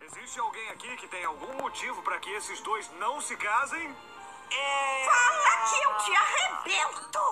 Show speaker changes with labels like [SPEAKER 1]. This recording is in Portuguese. [SPEAKER 1] Existe alguém aqui que tem algum motivo para que esses dois não se casem?
[SPEAKER 2] Fala que eu te arrebento!